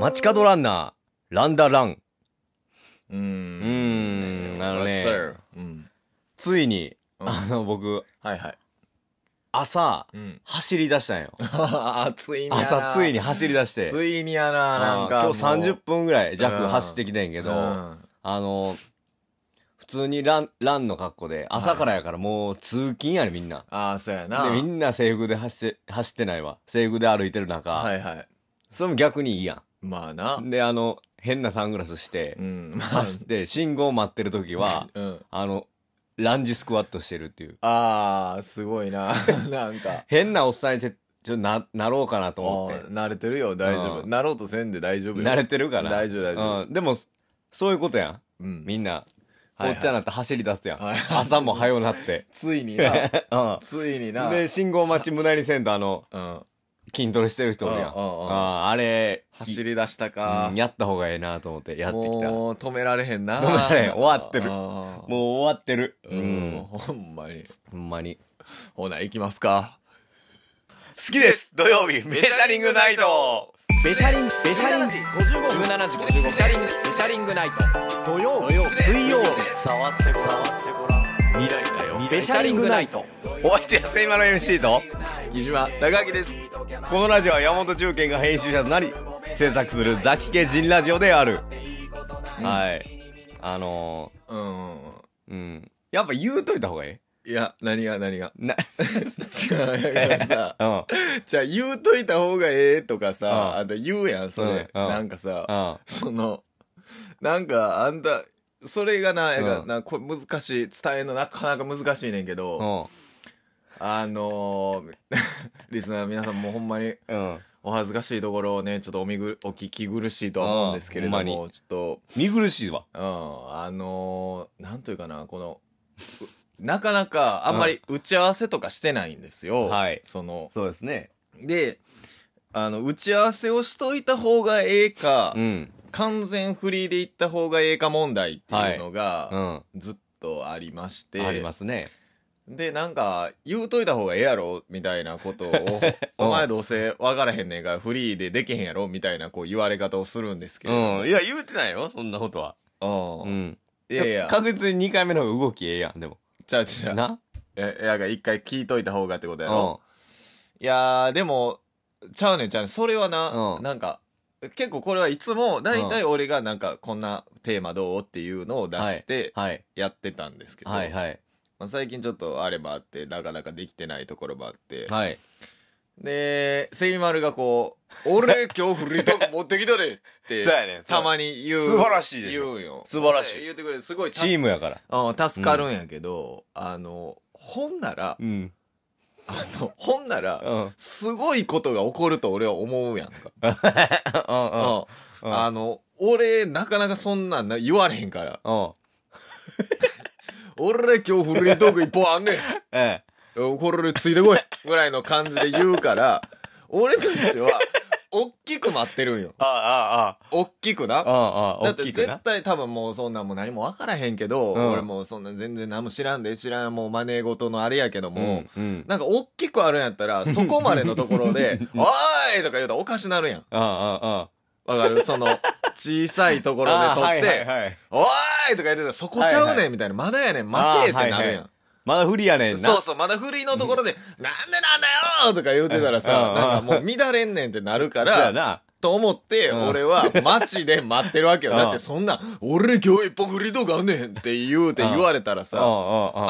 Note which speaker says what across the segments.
Speaker 1: 街角ランナー、ランダラン。
Speaker 2: うーん。
Speaker 1: うーんあのね
Speaker 2: Yes, sir. うん。
Speaker 1: ついに、
Speaker 2: うん
Speaker 1: あの、僕、
Speaker 2: はいはい。
Speaker 1: 朝、
Speaker 2: うん。
Speaker 1: 走り出したんよ。
Speaker 2: あついにやな。
Speaker 1: 朝、ついに走り出して。
Speaker 2: ついにやな、なん
Speaker 1: あ
Speaker 2: か
Speaker 1: ー
Speaker 2: もう。
Speaker 1: 今日30分ぐらい弱
Speaker 2: うん
Speaker 1: 走ってきてんけど、
Speaker 2: うん
Speaker 1: あの、普通にラン、ランの格好で、朝からやからもう通勤やね、みんな。
Speaker 2: ああ、そうやな。
Speaker 1: で、みんな制服で走って、走ってないわ。制服で歩いてる中、
Speaker 2: はいはい。
Speaker 1: それも逆にいいや
Speaker 2: まあな。
Speaker 1: ん。で、あの、変なサングラスして
Speaker 2: う、ん。まあ、
Speaker 1: 走って、信号待ってる時は
Speaker 2: うん。
Speaker 1: あの、ランジスクワットしてるっていう。
Speaker 2: ああ、すごいな。 なんか。
Speaker 1: 変なおっさんにて、ちょっとな、なろうかなと思っ
Speaker 2: あー慣れてるよ、大丈夫。
Speaker 1: うん
Speaker 2: なろうとせんで大丈
Speaker 1: て。
Speaker 2: 夫よ。
Speaker 1: 慣れてるから。
Speaker 2: 大丈夫大丈夫
Speaker 1: うん。でも、そういうことやん。
Speaker 2: うん。
Speaker 1: みんな、
Speaker 2: はい
Speaker 1: お
Speaker 2: はい
Speaker 1: っちゃんなって走り出すやん。
Speaker 2: はい
Speaker 1: 朝も早うなって。
Speaker 2: つい にな。
Speaker 1: う
Speaker 2: ついに
Speaker 1: ん。
Speaker 2: な。
Speaker 1: で、信号待ち無駄にせんと、あの、
Speaker 2: うん。
Speaker 1: 筋トレしてる人おるやん。あ
Speaker 2: うんうんうん
Speaker 1: ああれ、
Speaker 2: 走り出した
Speaker 1: う
Speaker 2: か
Speaker 1: ん。やった方がええなと思ってやってきた。も
Speaker 2: もう止められへんな。
Speaker 1: 止められへん終わってる
Speaker 2: あー
Speaker 1: う終わってる。う
Speaker 2: うん、
Speaker 1: ん。
Speaker 2: ほんまに。
Speaker 1: ほんまに。
Speaker 2: ほな、行きますか。好きです土曜日、ベシャリングナイト
Speaker 1: ベシャリン、ベシャリン時55分
Speaker 2: 時55ベシャリング、ベシャリングナイト
Speaker 1: 土曜、水曜、
Speaker 2: 触って触ってごらん。未来だよ。
Speaker 1: ベシャリングナイト。お相手はセイマの MC と、
Speaker 2: 木島高木です。
Speaker 1: このラジオは山本中堅が編集者となり、制作するザキ系人ラジオである。はい。あの
Speaker 2: うん。
Speaker 1: ー、うん。やっぱ言うといた方がえ
Speaker 2: いや、何が何が。
Speaker 1: え。な、
Speaker 2: 違う、だからさ。
Speaker 1: うん。
Speaker 2: じゃあ言うといた方がええとかさ、
Speaker 1: うん
Speaker 2: あんた言うやん、それ。
Speaker 1: うんうん
Speaker 2: なんかさ、
Speaker 1: うん。
Speaker 2: その、なんかあんた、それがな、やか
Speaker 1: うん
Speaker 2: なこ難しい、伝えるのなかなか難しいねんけど、あのー リスナーの皆さんもうほんまに
Speaker 1: うん。うん。
Speaker 2: お恥ずかしいところをね、ちょっとおみぐお聞き苦しいとは思うんですけれど
Speaker 1: うんほん
Speaker 2: も、ちょっ
Speaker 1: 見苦しいわ。
Speaker 2: と、うん、あのーなんというかな、この、うなかなかあんまり打ち合わせとかしてないんですよ。
Speaker 1: はい
Speaker 2: その、
Speaker 1: そうですね。
Speaker 2: で、あの、打ち合わせをしといた方がええか、
Speaker 1: うん。
Speaker 2: 完全フリーで行った方がええか問題っていうの
Speaker 1: う
Speaker 2: が、
Speaker 1: ん。
Speaker 2: ずっとありまして、
Speaker 1: ありますね。、
Speaker 2: で、なんか、言うといた方がええやろ、みたいなことを お前どうせ分からへんねんから、フリーでできへんやろ、みたいな、こう言われ方をするんですけ
Speaker 1: う
Speaker 2: れども。
Speaker 1: ん。いや、言うてないよ、そんなことは。
Speaker 2: うん
Speaker 1: うん。
Speaker 2: いやいや、
Speaker 1: 確実に2回目の方が動きええやん、でも。
Speaker 2: ちゃうちゃう。
Speaker 1: な
Speaker 2: え、やが一回聞いといた方がってこと
Speaker 1: う
Speaker 2: や
Speaker 1: ん。
Speaker 2: ろ。いやー、でも、ちゃうねんちゃうねん。それはな、
Speaker 1: うん
Speaker 2: なんか、結構これはいつも、だいたい俺がなんか、こんなテーマどうっていうのを出して
Speaker 1: はい。
Speaker 2: やってたんですけど、
Speaker 1: はいはい。
Speaker 2: まあ、最近ちょっとあればあって、なかなかできてないところもあって、
Speaker 1: はい。
Speaker 2: で、セミマルがこう、俺今日フリートーク持ってきたでって、
Speaker 1: そうやねん
Speaker 2: たまに言う。
Speaker 1: 素晴らしいでしょ
Speaker 2: 言うんよ。
Speaker 1: 素晴らしい
Speaker 2: 言ってくれて、すごい助
Speaker 1: チームやから。
Speaker 2: うん助かるんやけど、あの、ほんなら
Speaker 1: う、ん。
Speaker 2: あの、ほんなら、
Speaker 1: うん。うん。うん。
Speaker 2: すごいことが起こると俺は思うやんか。うん
Speaker 1: うん
Speaker 2: あの、俺、なかなかそんなんな言われへんから。
Speaker 1: うん。
Speaker 2: 俺、今日フリートーク一本あんねん。
Speaker 1: え
Speaker 2: これついてこい。ぐらいの感じで言うから、俺としては、おっきく待ってるんよ。
Speaker 1: ああ、
Speaker 2: おっきく
Speaker 1: ああ、
Speaker 2: な。
Speaker 1: ああ、
Speaker 2: だ
Speaker 1: 大
Speaker 2: って
Speaker 1: きくな
Speaker 2: 絶。対多分もうそんなんもう何も分からへんけど、
Speaker 1: うん
Speaker 2: 俺もうそんな全然何も知らんで、知らんもうマネー事のあれやけど
Speaker 1: う
Speaker 2: も、
Speaker 1: ん。うん。
Speaker 2: なんかおっきくあるんやっ たら、そこまでのところで、おーいとか言うたらおかしなるやん。
Speaker 1: ああ、
Speaker 2: わかるその、小さいとこ
Speaker 1: あ
Speaker 2: ろで
Speaker 1: あ。
Speaker 2: 撮っ
Speaker 1: あ
Speaker 2: て、
Speaker 1: あはいはいはい。
Speaker 2: おーいとか言ってたら、そこちゃう
Speaker 1: はいは
Speaker 2: ねんみたいな、まだやねん、待てってなるやん。
Speaker 1: あーはいはいまだ不利やねんな。
Speaker 2: そうそう、まだフリーのところで、なんでなんだよーとか言うてたら
Speaker 1: うん
Speaker 2: さ、なんかもう乱れんねんってな るか
Speaker 1: そうや
Speaker 2: ら、
Speaker 1: な。
Speaker 2: と思って、
Speaker 1: うん
Speaker 2: 俺は街で待ってるわけよ。
Speaker 1: うん
Speaker 2: だってそんな、俺今日一本フリーとかあんねんって言うて
Speaker 1: うん
Speaker 2: 言われたら
Speaker 1: うん、う
Speaker 2: さ、
Speaker 1: ん、うん。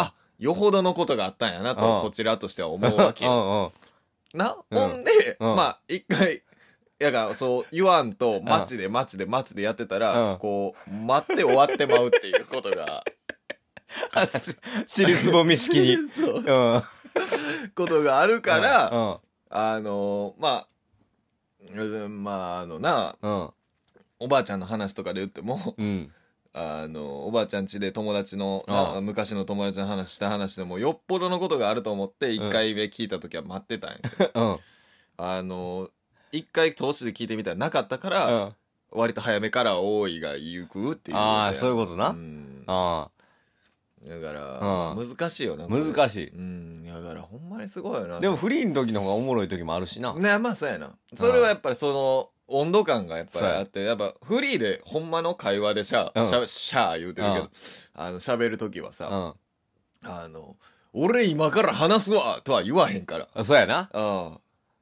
Speaker 2: あ、よほどのことがあったんやな
Speaker 1: う
Speaker 2: と
Speaker 1: ん、
Speaker 2: こちらとしては思うわけ
Speaker 1: う
Speaker 2: よ。
Speaker 1: ん、うん。
Speaker 2: な、
Speaker 1: うん
Speaker 2: ほんで、
Speaker 1: うん
Speaker 2: まあ、一回、やが、そう、言わんと、マチでマチでマチでやってたら、
Speaker 1: うん
Speaker 2: こう、待って終わってまうっていうことが、
Speaker 1: 尻すぼみ式 に。うん。
Speaker 2: そう、
Speaker 1: か
Speaker 2: ことがあるから、
Speaker 1: うん
Speaker 2: あのーまあ、うんまあ、あのな、
Speaker 1: うん、
Speaker 2: おばあちゃんの話とかで言っても、
Speaker 1: うん。
Speaker 2: あの、おばあちゃん家で友達の、な
Speaker 1: うん
Speaker 2: 昔の友達の話した話でも、よっぽどのことがあると思って、一回目聞いた時は待ってたん やけど、
Speaker 1: うん。
Speaker 2: あのー一回通しで聞いてみたらなかったから、
Speaker 1: うん。
Speaker 2: 割と早めから多いが行くっていう。
Speaker 1: ああ、そういうことな。
Speaker 2: ん
Speaker 1: あ
Speaker 2: だから、
Speaker 1: う
Speaker 2: 難しいよな。
Speaker 1: あ、
Speaker 2: これ
Speaker 1: 難しい。
Speaker 2: うん。だから、ほんまにすごいよな。
Speaker 1: でも、フリーの時の方がおもろい時もあるしな。
Speaker 2: ね、まあそうやな。それはやっぱりその、温度感がやっぱり
Speaker 1: そうや
Speaker 2: あって、やっぱフリーでほんまの会話でシャ
Speaker 1: うん
Speaker 2: ー、シャシャー言うてるけ
Speaker 1: う
Speaker 2: ど、あの、喋るときは
Speaker 1: う
Speaker 2: さ、
Speaker 1: ん
Speaker 2: あの、俺今から話すわとは言わへんから。
Speaker 1: あ。そうやな。
Speaker 2: うん。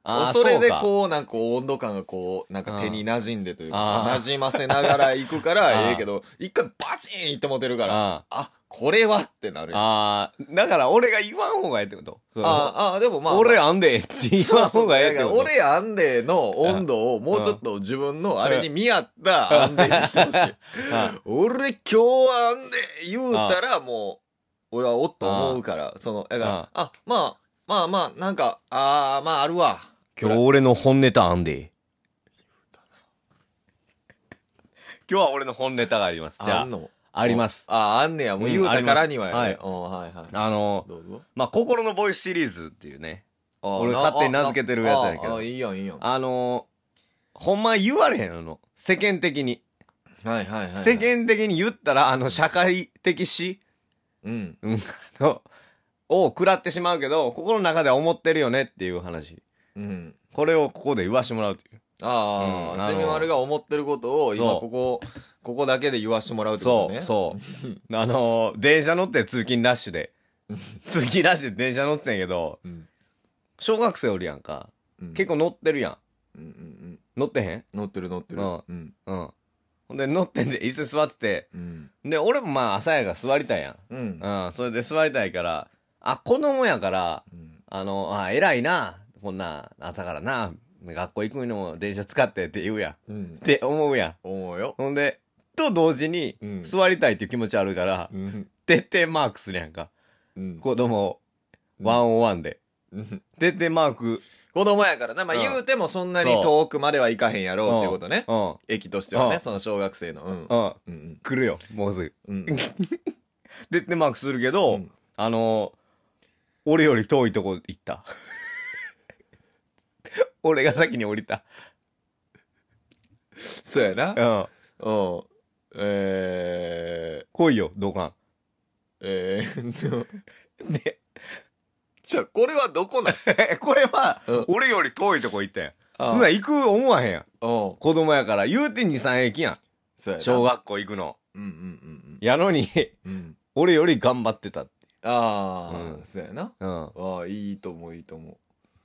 Speaker 1: あー
Speaker 2: それで
Speaker 1: うか
Speaker 2: こう、なんかこう温度感がこう、なんか手に馴染んでというか
Speaker 1: あ
Speaker 2: さ、
Speaker 1: ー
Speaker 2: 馴染ませながら行くか
Speaker 1: あー
Speaker 2: らええけど、一回バチーン行ってもてるから、
Speaker 1: あ
Speaker 2: あ、これはってなるやん。あ
Speaker 1: あー、だから俺が言わん方がええってことそう
Speaker 2: あー、でもまあ。
Speaker 1: 俺あんでえって言わん方がええって
Speaker 2: そう
Speaker 1: こ
Speaker 2: そ
Speaker 1: と
Speaker 2: うだから俺アンデの温度をもうちょっと自分のあれに見合ったアンデにしてほしい。
Speaker 1: あ
Speaker 2: 俺今日アンデ言うたらもう、俺はおっと思うから、その、だから、あ、まあ、まあまあ、なんか、ああ、まああるわ。
Speaker 1: 今日俺の本ネタあんで。今日は俺の本ネタがあります。じゃ
Speaker 2: あん
Speaker 1: あ、
Speaker 2: の
Speaker 1: あります。
Speaker 2: あ、あんねや。もう言うたからには
Speaker 1: うんあり
Speaker 2: やね。うん、はいはい。
Speaker 1: あの、
Speaker 2: どうぞ。
Speaker 1: まあ、心のボイスシリーズっていうね。
Speaker 2: あー
Speaker 1: 俺
Speaker 2: な
Speaker 1: 勝手に名付けてるやつやけど
Speaker 2: あーあー、いいやん、いいやん。は
Speaker 1: あの、ほんま言われへんの。世間的に。
Speaker 2: いはいはいはい。
Speaker 1: 世。間的に言ったら、あの、社会的死
Speaker 2: うん。
Speaker 1: の、を食らってしまうけど、心の中では思ってるよねっていう話。
Speaker 2: うん。
Speaker 1: これをここで言わしてもらうっていう。
Speaker 2: あ
Speaker 1: うん
Speaker 2: あ、
Speaker 1: あの
Speaker 2: セミマルが思ってることを今
Speaker 1: そう
Speaker 2: ここ、ここだけで言わしてもらうって
Speaker 1: そ
Speaker 2: こと
Speaker 1: う、
Speaker 2: ね。
Speaker 1: そう。 あのー電車乗って通勤ラッシュで。通勤ラッシュで電車乗ってたんやけど、
Speaker 2: うん。
Speaker 1: 小学生おるやんか。
Speaker 2: うん。
Speaker 1: 結構乗ってるやん。
Speaker 2: うんうんうん。
Speaker 1: 乗ってへん
Speaker 2: 乗ってる乗ってる。
Speaker 1: うん
Speaker 2: うん。
Speaker 1: うん。ほんで乗ってんで椅子座ってて。
Speaker 2: うん。
Speaker 1: で、俺もまあ朝やから座りたいや。
Speaker 2: うんん。
Speaker 1: うん、それで座りたいから、あ、子供やから、
Speaker 2: うん
Speaker 1: あの、あ、偉いな。こんな、朝からな。学校行くのも電車使ってって言うやん。っ
Speaker 2: うん。
Speaker 1: て思うやん。
Speaker 2: 思うよ。
Speaker 1: ほんで、と同時に
Speaker 2: う、ん
Speaker 1: 座りたいっていう気持ちあるから、
Speaker 2: うん。
Speaker 1: 徹底マークするやんか。
Speaker 2: うん。
Speaker 1: 子供を、ワンオンワンで。
Speaker 2: うん
Speaker 1: 徹底マーク。
Speaker 2: 子供やからな。まあ
Speaker 1: うん
Speaker 2: 言うてもそんなに遠くまでは行かへんやろうってことね。
Speaker 1: う
Speaker 2: 駅としては
Speaker 1: う
Speaker 2: ね、
Speaker 1: ん
Speaker 2: その小学生の。うん。
Speaker 1: ん。うん。
Speaker 2: うん
Speaker 1: 来るよ、もうすぐ。
Speaker 2: うん。
Speaker 1: 徹底マークするけど、
Speaker 2: うん
Speaker 1: あのー俺より遠いとこ行った。 俺が先に降りた。
Speaker 2: そうやな。う。
Speaker 1: うんん。
Speaker 2: えー、
Speaker 1: 来いよ、同感。
Speaker 2: えー、
Speaker 1: で、
Speaker 2: じゃあこれはどこなん
Speaker 1: これは
Speaker 2: うん、
Speaker 1: 俺より遠いとこ行ったやん。
Speaker 2: あ
Speaker 1: そんなん行く思わへんやん。
Speaker 2: うん。
Speaker 1: 子供やから、言うて2、3駅やん。
Speaker 2: そうやな。
Speaker 1: 小学校行くの。
Speaker 2: うんうん
Speaker 1: やのに、
Speaker 2: うんうん。うん。
Speaker 1: 俺より頑張ってた。
Speaker 2: ああ、
Speaker 1: うん
Speaker 2: そうやな。
Speaker 1: うん。
Speaker 2: ああ、いいと思う、いいと思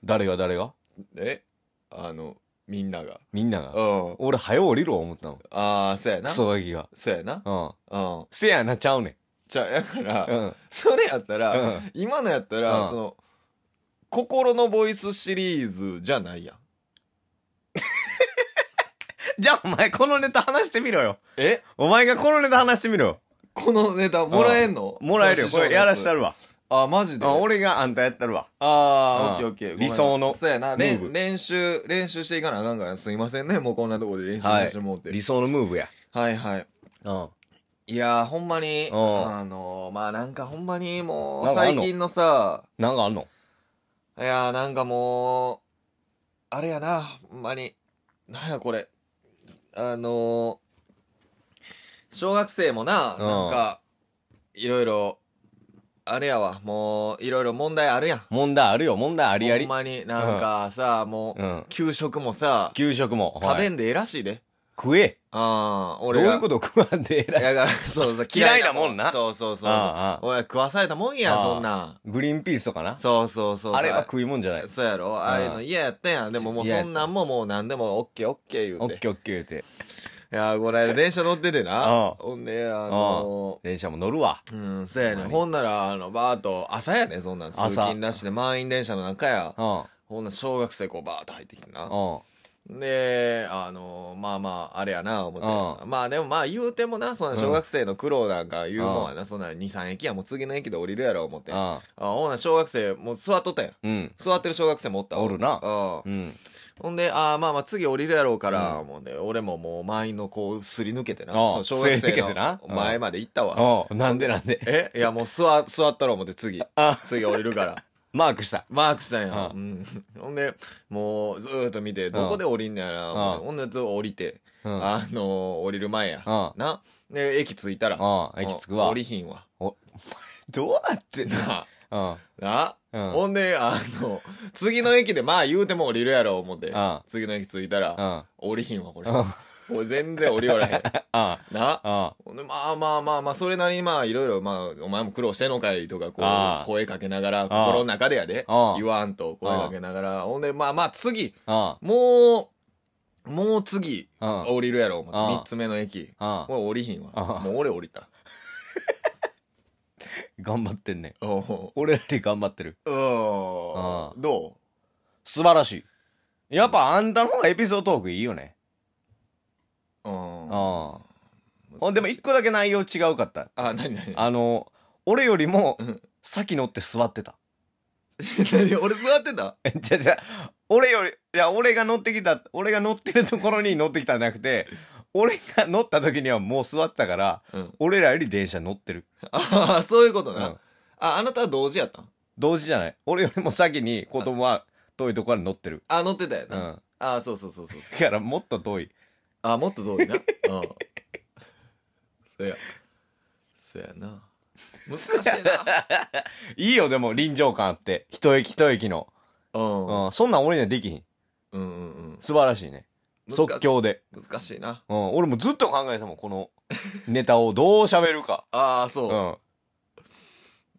Speaker 1: 誰が誰が
Speaker 2: う。えあの、みんなが。
Speaker 1: みんなが。
Speaker 2: うん。
Speaker 1: 俺、早降りろ、思ったの。
Speaker 2: ああ、そうやな。
Speaker 1: ク
Speaker 2: そう。
Speaker 1: ソガキが。
Speaker 2: やな。
Speaker 1: うん。
Speaker 2: うん。
Speaker 1: せやな、ちゃうねん。
Speaker 2: じゃあ、やから、
Speaker 1: うん。
Speaker 2: それやったら、
Speaker 1: うん
Speaker 2: 今のやったら、
Speaker 1: うん
Speaker 2: その、心のボイスシリーズじゃないやん。
Speaker 1: じゃあお前このネタ話してみろよ。
Speaker 2: え
Speaker 1: お前がこのネタ話してみろよ。
Speaker 2: このネタもらえんの
Speaker 1: もらえるよ。これやらした
Speaker 2: る。
Speaker 1: るわ。
Speaker 2: あ、マジで。
Speaker 1: あ俺があんたやったるわ。
Speaker 2: ああ、
Speaker 1: うん
Speaker 2: オッケーオッケー。ごめん
Speaker 1: 理想の
Speaker 2: そうやな。
Speaker 1: ムー
Speaker 2: 練
Speaker 1: ブ
Speaker 2: 練習、練習していかなあかんから、すいませんね。もうこんなところで練習させてもうて。
Speaker 1: 理想のムーブや。
Speaker 2: はいはい。
Speaker 1: うん。
Speaker 2: いやー、ほんまに、あ
Speaker 1: うん
Speaker 2: のー、まあなんかほんまにも
Speaker 1: なん
Speaker 2: う、
Speaker 1: かあん
Speaker 2: 最
Speaker 1: の
Speaker 2: 近のさ、
Speaker 1: なんかあんの
Speaker 2: いやーなんかもう、あれやな、ほんまに、なんやこれ、あのー、小学生も
Speaker 1: う
Speaker 2: な、
Speaker 1: ん
Speaker 2: なんか、いろいろ、あれやわ、もう、いろいろ問題あるやん。
Speaker 1: 問題あるよ。問題ありあり
Speaker 2: ほん。まになんかさ、もう、
Speaker 1: うん。
Speaker 2: 給食もさ、
Speaker 1: 給食も。
Speaker 2: 食べ
Speaker 1: ん。
Speaker 2: んでええらしいで。
Speaker 1: 食え。
Speaker 2: ああ、
Speaker 1: どう
Speaker 2: 俺が。
Speaker 1: いうこと食わんでえら
Speaker 2: い
Speaker 1: しい
Speaker 2: やだから、 そうそう、
Speaker 1: 嫌いなもんな
Speaker 2: そうそうそう。
Speaker 1: ああ
Speaker 2: おい、食わされたもんや、
Speaker 1: ああ
Speaker 2: そんなん。
Speaker 1: グリーンピースとかな。
Speaker 2: そうそうそう。
Speaker 1: あれは食いもんじゃない。
Speaker 2: そうやろああいうの嫌やったやん。でももう
Speaker 1: 嫌やっ
Speaker 2: そ
Speaker 1: た
Speaker 2: んなんももう何でもオッケーオッケー
Speaker 1: オ
Speaker 2: 言う
Speaker 1: ッ
Speaker 2: て。
Speaker 1: ケーオッケー言うて。
Speaker 2: いやー、これ電車乗っててな。
Speaker 1: ああ
Speaker 2: ほんで、あの
Speaker 1: 電車も乗るわ。
Speaker 2: ー、うん、そうや
Speaker 1: ほん
Speaker 2: ね
Speaker 1: ま
Speaker 2: ん。
Speaker 1: に
Speaker 2: ほんなら、あの、バーッと、朝やねんそんなん。通
Speaker 1: 朝
Speaker 2: 勤なしで満員電車の中や。
Speaker 1: うん。うん。
Speaker 2: ほんなら小学生こうバーッと入ってきてな。で、あの、まあまあ、あれやな、思って。
Speaker 1: う
Speaker 2: まあでもまあ言うてもな、その小学生の苦労なんか言うのはな、そんな2、3駅や、もう次の駅で降りるやろ、思って。あほんなら小学生、もう座っとったやん。
Speaker 1: うん。うん。
Speaker 2: 座ってる小学生もおったわ
Speaker 1: おるな
Speaker 2: うん。
Speaker 1: うん。
Speaker 2: ほんで、ああ、まあまあ次降りるやろうから、もうね、俺ももう満員のこう、すり抜けてな、
Speaker 1: ああ
Speaker 2: その小学
Speaker 1: すり
Speaker 2: 生
Speaker 1: 抜けてな
Speaker 2: の前まで行ったわ。
Speaker 1: おうなんでなんで。
Speaker 2: えいや、もう座、座ったろ、思って次
Speaker 1: あ。
Speaker 2: 次降りるから。
Speaker 1: マークした。
Speaker 2: マークしたんや
Speaker 1: あ。
Speaker 2: うん。ほんで、もう、ずーっと見て、どこで降りんのやな、思ってほんで、ずーっと降りて。
Speaker 1: うん。うん。
Speaker 2: あのー、降りる前や。
Speaker 1: あ
Speaker 2: な。で、駅着いたら。
Speaker 1: 駅着くわ
Speaker 2: 降。りひんわ。
Speaker 1: どうなってんの
Speaker 2: な、
Speaker 1: うん。
Speaker 2: な、
Speaker 1: うん
Speaker 2: ほんで、あの、次の駅で、まあ言うても降りるやろ、思って
Speaker 1: うん。
Speaker 2: 次の駅着いたら、
Speaker 1: うん。
Speaker 2: 降りひんわ、これ
Speaker 1: うん。。
Speaker 2: 俺全然降りよらへん。
Speaker 1: あ
Speaker 2: な。
Speaker 1: あ。
Speaker 2: ほんでまあまあまあまあ、それなりにまあいろいろ、まあ、お前も苦労してんのかいとか、こ
Speaker 1: ああ
Speaker 2: う、声かけながら、心の中でやで、
Speaker 1: ああ
Speaker 2: 言わんと、声かけながら。ほんで、まあまあ次、
Speaker 1: あ
Speaker 2: もう、もう次、
Speaker 1: あ。うん。
Speaker 2: 降りるやろ、思って。
Speaker 1: ああ
Speaker 2: 三つ目の駅。
Speaker 1: ああ。
Speaker 2: もう降りひん
Speaker 1: ああ
Speaker 2: わ。もう俺降りた。
Speaker 1: 頑張ってんね。
Speaker 2: おう
Speaker 1: 俺らより頑張ってる。ああ
Speaker 2: うん。ど
Speaker 1: 素晴らしい。やっぱあんたの方がエピソードトークいいよね。
Speaker 2: ううん。
Speaker 1: あ
Speaker 2: 難しい
Speaker 1: あ。でも一個だけ内容違うかった。
Speaker 2: あ、なになに
Speaker 1: あの、俺よりも
Speaker 2: うん、
Speaker 1: 先乗って座ってた。
Speaker 2: 何俺座ってた
Speaker 1: えじゃじゃ俺より、いや、俺が乗ってきた、俺が乗ってるところに乗ってきたんじゃなくて、俺が乗った時にはもう座ってたから、
Speaker 2: うん。
Speaker 1: 俺らより電車乗ってる。
Speaker 2: ああ、そういうこと
Speaker 1: う
Speaker 2: な。
Speaker 1: ん。
Speaker 2: あ、あなたは同時やったん
Speaker 1: 同時じゃない。俺よりも先に子供は遠いところに乗ってる。
Speaker 2: あ、乗ってたや
Speaker 1: う
Speaker 2: な。
Speaker 1: ん。
Speaker 2: あそうそうそうそうそ
Speaker 1: だ
Speaker 2: う。
Speaker 1: からもっと遠い。
Speaker 2: あ、もっと遠いな。うん。そや。そやな。難しい な。
Speaker 1: いいよ、でも臨場感あって。一駅一駅の。
Speaker 2: うん。うん
Speaker 1: うん。そんなん俺にはできひん。
Speaker 2: うんうん。
Speaker 1: 素晴らしいね。
Speaker 2: 難し
Speaker 1: 即。興で。
Speaker 2: 難しいな。
Speaker 1: うん。俺もずっと考えてたもん、このネタをどう喋るか。
Speaker 2: ああ、
Speaker 1: う
Speaker 2: そ
Speaker 1: ん。
Speaker 2: う。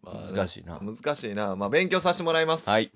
Speaker 2: まあね
Speaker 1: 難しいな。
Speaker 2: 難しいな。まあ、勉強させてもらいます。
Speaker 1: はい。